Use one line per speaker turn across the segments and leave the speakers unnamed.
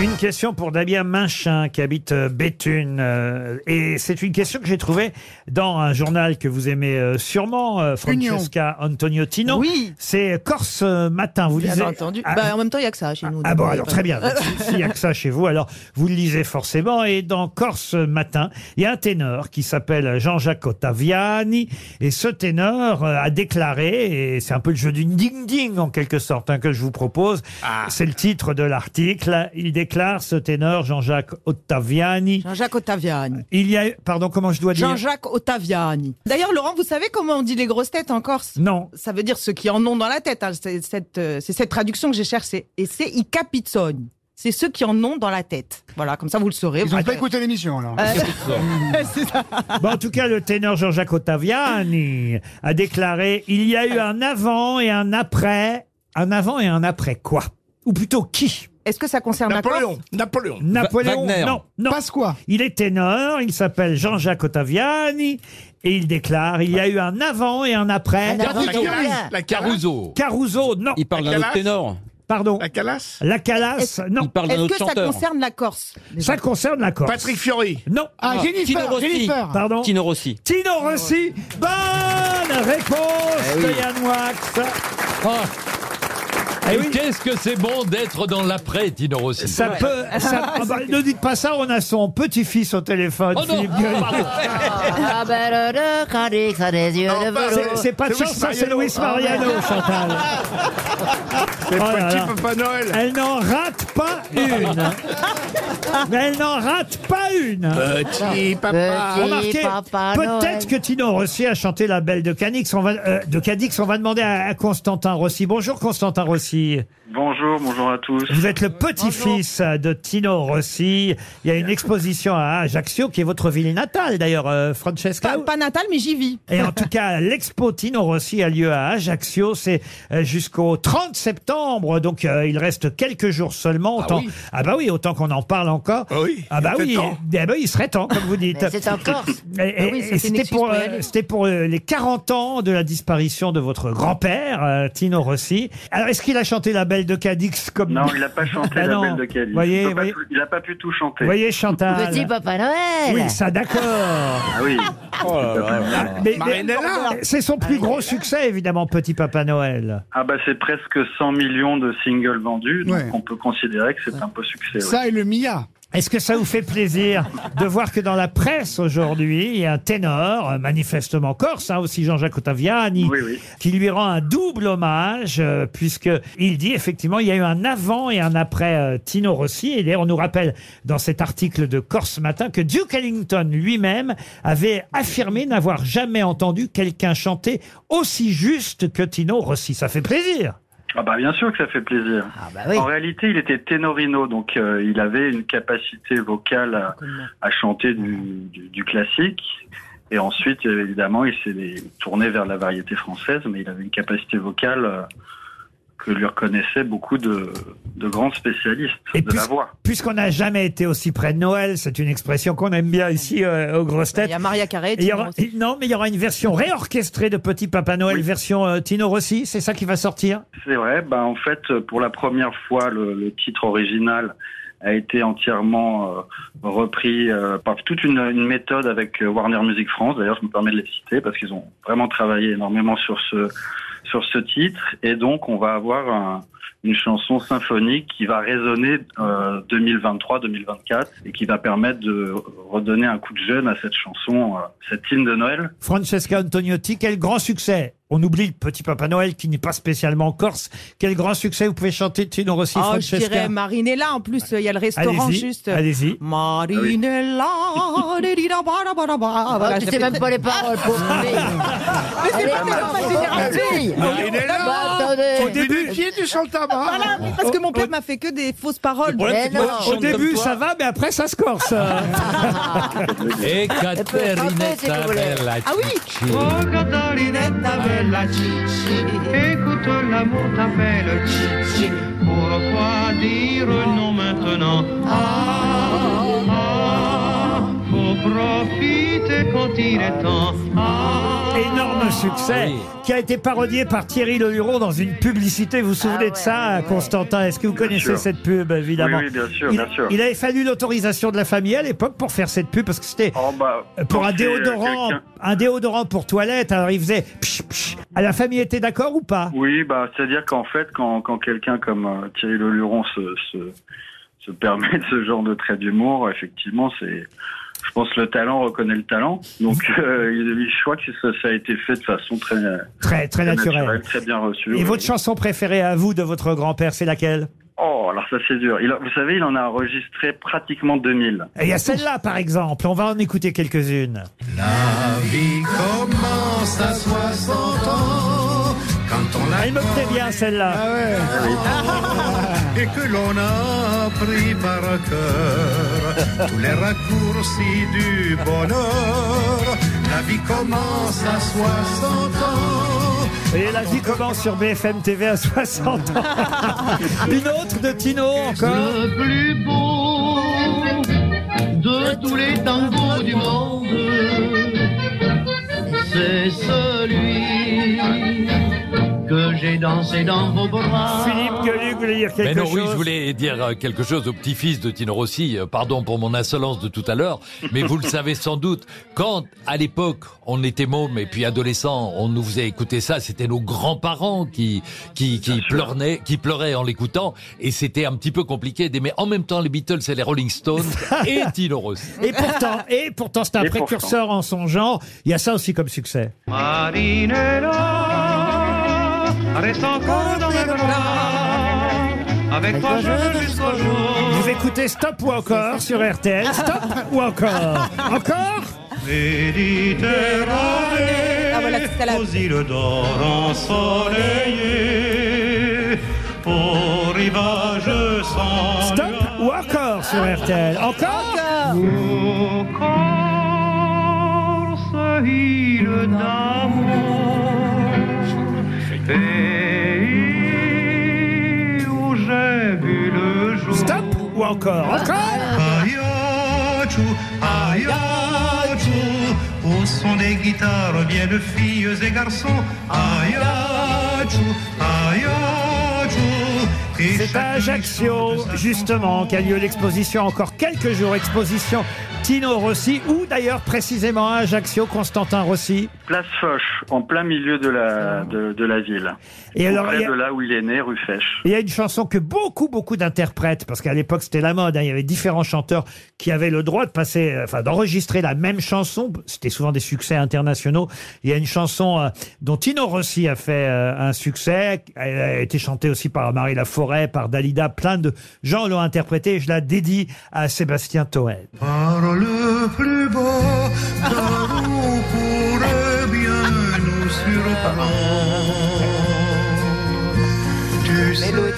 Une question pour Damien Minchin qui habite euh, Béthune. euh, et c'est une question que j'ai trouvée dans un journal que vous aimez euh, sûrement, euh, Francesca Antoniotino.
Oui.
C'est Corse euh, Matin. Vous lisez.
Bien entendu.
Ah,
Bah, en même temps, il n'y a que ça chez nous.
ah
donc,
bon,
euh,
alors
pas-
très bien. Donc, si- S'il n'y a que ça chez vous, alors vous le lisez forcément. Et dans Corse Matin, il y a un ténor qui s'appelle Jean-Jacques Ottaviani. Et ce ténor euh, a déclaré, et c'est un peu le jeu du ding-ding en quelque sorte hein, que je vous propose,
Ah.
c'est le titre de l'article, il déclare ce ténor Jean-Jacques Ottaviani.
Jean-Jacques Ottaviani.
Il y a... Pardon, comment je dois dire
Jean-Jacques Ottaviani. D'ailleurs, Laurent, vous savez comment on dit les grosses têtes en Corse
Non.
Ça veut dire ceux qui en ont dans la tête. hein. C'est cette, euh, c'est cette traduction que j'ai cherchée. Et c'est i capizzoni. C'est ceux qui en ont dans la tête. Voilà, comme ça vous le saurez.
Ils
Ah,
Vous-
n'ont pas écouté l'émission alors.
C'est ça.
Bon, en tout cas, le ténor Jean-Jacques Ottaviani a déclaré Il y a eu un avant et un après. Un avant et un après quoi Ou plutôt qui
Est-ce que ça concerne la Corse
Napoléon, Napoléon.
Napoléon
Wagner.
Non, non.
Passe quoi
Il est ténor, il s'appelle Jean-Jacques Ottaviani et il déclare Il y a eu un avant et un après.
Un avant.
La
Napoléon.
Caruso. La Caruso.
Caruso.
Caruso, non.
Il parle d'un
Calas.
autre ténor.
Pardon.
La Calas.
La Calasse,
Est-ce-
non.
Il parle d'un
Est-ce
autre
que ça
chanteur.
concerne la Corse déjà
Ça concerne la Corse.
Patrick Fiori.
Non.
Ah,
Ah, Tino
Jennifer,
Rossi.
Jennifer.
Pardon.
Tino Rossi.
Tino Rossi. Bonne réponse de Yann Wax.
Ah,
Eh
et
oui.
qu'est-ce que c'est bon d'être dans l'après, Tino Rossi
Ça peut. ça- Ah bah, ne dites pas ça, on a son petit-fils au téléphone,
Oh non,
Philippe Gueluc.
pardon.
Ah belle de Cadix a des yeux de
bah,
C'est-
velours.
C'est pas de
Louis
chance, ça c'est
Mariano.
Louis Mariano, Chantal.
Les
Oh là
petits
là.
Papa Noël.
Elle n'en rate pas une. Mais elle n'en rate pas une.
Petit papa.
Petit
Remarquez,
Papa
peut-être
Noël.
que Tino Rossi a chanté la belle de Cadix. On va, euh, de Cadix, on va demander à, à Constantin Rossi. Bonjour Constantin Rossi.
Bonjour, bonjour à tous.
Vous êtes le petit-fils de Tino Rossi. Il y a une exposition à Ajaccio, qui est votre ville natale d'ailleurs, euh, Francesca.
pas, pas natal, mais j'y vis.
Et en tout cas, l'expo Tino Rossi a lieu à Ajaccio. C'est euh, jusqu'au 30 septembre. Donc, euh, il reste quelques jours seulement. Autant...
oui.
Ah bah oui, autant qu'on en parle encore.
Ah oui,
Ah bah
il fait
oui,
temps.
eh ben, il serait temps, comme vous dites.
Mais C'est en Corse.
Et- et-
Ah oui,
et
c'était une
C'était
excuse
pour,
pour y
euh,
aller.
c'était pour euh, les 40 ans de la disparition de votre grand-père, euh, Tino Rossi. Alors, est-ce qu'il a chanté La Belle de Cadix comme...
Non, il n'a pas chanté
Ah
la
non.
belle de Cali.
Voyez,
il n'a pas,
voyez.
tout- il a pas pu tout chanter.
Vous voyez, Chantal
Petit Papa Noël.
ah, Oui, ça, d'accord.
Ah oui.
Oh là là là
Ah.
là.
Mais- mais-
Marinella.
C'est son plus gros succès, évidemment, Petit Papa Noël.
Ah bah c'est presque 100 millions de singles vendus, donc
Ouais.
on peut considérer que c'est un beau succès. ouais.
Ça et le Mia.
Est-ce que ça vous fait plaisir de voir que dans la presse aujourd'hui, il y a un ténor, euh, manifestement corse, hein, aussi Jean-Jacques Ottaviani,
Oui, oui.
qui lui rend un double hommage, euh, puisque il dit effectivement il y a eu un avant et un après euh, Tino Rossi. Et d'ailleurs, on nous rappelle dans cet article de Corse Matin que Duke Ellington lui-même avait affirmé n'avoir jamais entendu quelqu'un chanter aussi juste que Tino Rossi. Ça fait plaisir.
Ah bah bien sûr que ça fait plaisir.
Ah bah oui.
En réalité, il était ténorino, donc euh, il avait une capacité vocale à, à chanter du, du- du classique. Et ensuite, euh, évidemment, il s'est tourné vers la variété française, mais il avait une capacité vocale euh, que lui reconnaissaient beaucoup de, de grands spécialistes
Et
de la
puis-
voix.
Puisqu'on n'a jamais été aussi près de Noël, c'est une expression qu'on aime bien ici euh, aux grosses
Il
têtes.
y a Maria Carré.
Il y aura-
Tino Rossi.
non, mais il y aura une version réorchestrée de Petit Papa Noël,
Oui.
version euh, Tino Rossi, c'est ça qui va sortir
C'est vrai. Ben, en fait, pour la première fois, le, le titre original a été entièrement euh, repris euh, par toute une, une méthode avec euh, Warner Music France. D'ailleurs, je me permets de les citer parce qu'ils ont vraiment travaillé énormément sur ce sur ce titre. Et donc, on va avoir un- une chanson symphonique qui va résonner euh, 2023-2024 et qui va permettre de redonner un coup de jeune à cette chanson, euh, cette hymne de Noël.
Francesca Antoniotti, quel grand succès On oublie le Petit Papa Noël qui n'est pas spécialement corse. Quel grand succès vous pouvez chanter Tino Rossi,
Oh, je
Francesca
dirais Marinella. En plus, il y a le restaurant
Allez-y,
juste.
Ah
allez-y.
Marinella.
Ah,
Voilà,
tu
j'ai-
sais même pas les paroles pour
Mais c'est
Elle
pas
est
tellement ma génération.
Bah,
Marinella.
Au
attendez.
début,
Qui est du chanteur
Voilà, mais parce que mon père m'a fait que des fausses paroles.
Eh
problème, c'est que moi,
non.
je
au
chante comme
début
toi.
ça va, mais après ça se corse.
Et
peut chanter, si vous
Caterinetta
voulez.
Bella
Ah oui.
Cicci.
Pourquoi dire non maintenant Ah, ah, faut ah. profiter c'est quand il est temps. Ah,
Énorme succès
oui.
qui a été parodié par Thierry Le Huron dans une publicité. Vous vous souvenez de ça, Constantin Est-ce que vous connaissez
sûr.
cette pub, évidemment
Oui, oui, bien sûr,
il,
bien sûr.
il avait fallu l'autorisation de la famille à l'époque pour faire cette pub parce que c'était
Oh, bah,
pour
quand
un
c'est, euh,
déodorant,
quelqu'un-
un déodorant pour toilette. Alors il faisait psh, psh. Ah, La famille était d'accord ou pas
Oui, bah, c'est-à-dire qu'en fait, quand, quand quelqu'un comme euh, Thierry Le Luron se, se, se permet de ce genre de trait d'humour, effectivement, c'est. Je pense que le talent reconnaît le talent. Donc, euh, il- je crois que ça, ça a été fait de façon très,
Très, très
très
naturel.
naturelle, très bien reçue.
Et
oui.
votre chanson préférée à vous de votre grand-père, c'est laquelle
Oh, alors ça, c'est dur. Il a- vous savez, il en a enregistré pratiquement 2000.
Et Il y a celle-là, par exemple. On va en écouter quelques-unes.
commence à 60 ans quand on
Elle me plaît bien, celle-là.
l'a et que l'on a pris par cœur tous les raccourcis du bonheur. La vie commence à 60 ans.
Et la vie commence sur BFM TV à 60
Ah.
ans. Une autre de Tino, encore.
le plus beau de tous les tangos du monde, c'est celui que j'ai dansé dans vos bras.
Philippe Gueluc, vous voulez dire quelque
Mais non,
chose
oui, je voulais dire euh, quelque chose au petit-fils de Tino Rossi. Euh, Pardon pour mon insolence de tout à l'heure, mais vous le savez sans doute. Quand, à l'époque, on était môme et puis adolescent, on nous faisait écouter ça, c'était nos grands-parents qui, qui, qui pleurnaient, qui pleuraient en l'écoutant. Et c'était un petit peu compliqué d'aimer en même temps les Beatles et les Rolling Stones et Tino Rossi.
Et pourtant, et pourtant, c'est un
Et pourtant.
précurseur en son genre. Il y a ça aussi comme succès.
Marinella, reste encore dans mes bras. Avec toi je vais jusqu'au jour.
Vous écoutez Stop ou encore sur RTL. Stop ou encore Encore
Ah, voilà, tout à l'heure.
aux îles d'or ensoleillées, au rivage sans
Stop ou encore sur RTL Encore
Au Corse, île d'amour, pays où j'ai vu le jour.
Stop ou encore Encore
Ayachou, ayachou, au son des guitares viennent filles et garçons. Ayachou, ayachou. et
C'est à
chacun
Ajaccio,
chante sa
justement,
chanson.
qu'a lieu l'exposition. Encore quelques jours, exposition Tino Rossi, ou d'ailleurs précisément à Ajaccio, Constantin Rossi.
Place Foch, en plein milieu de la, de, de la ville.
Ah. Et alors,
Près
il y a-
de là où il est né, rue Fèche.
Il y a une chanson que beaucoup, beaucoup d'interprètes, parce qu'à l'époque c'était la mode, hein, il y avait différents chanteurs qui avaient le droit de passer, euh, enfin d'enregistrer la même chanson. C'était souvent des succès internationaux. Il y a une chanson euh, dont Tino Rossi a fait euh, un succès. Elle a été chantée aussi par Marie Laforêt, par Dalida. Plein de gens l'ont interprétée et je la dédie à Sébastien Toed.
Par le plus bas, car on pourrait bien nous surprendre. Tu sais très bien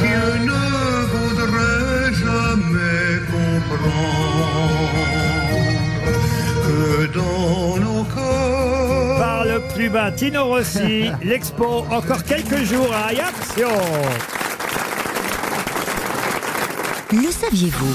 qu'il ne voudrait jamais comprendre que dans nos corps.
Par le plus bas, Tino Rossi, l'expo, encore quelques jours à Ajaccio.
Le saviez-vous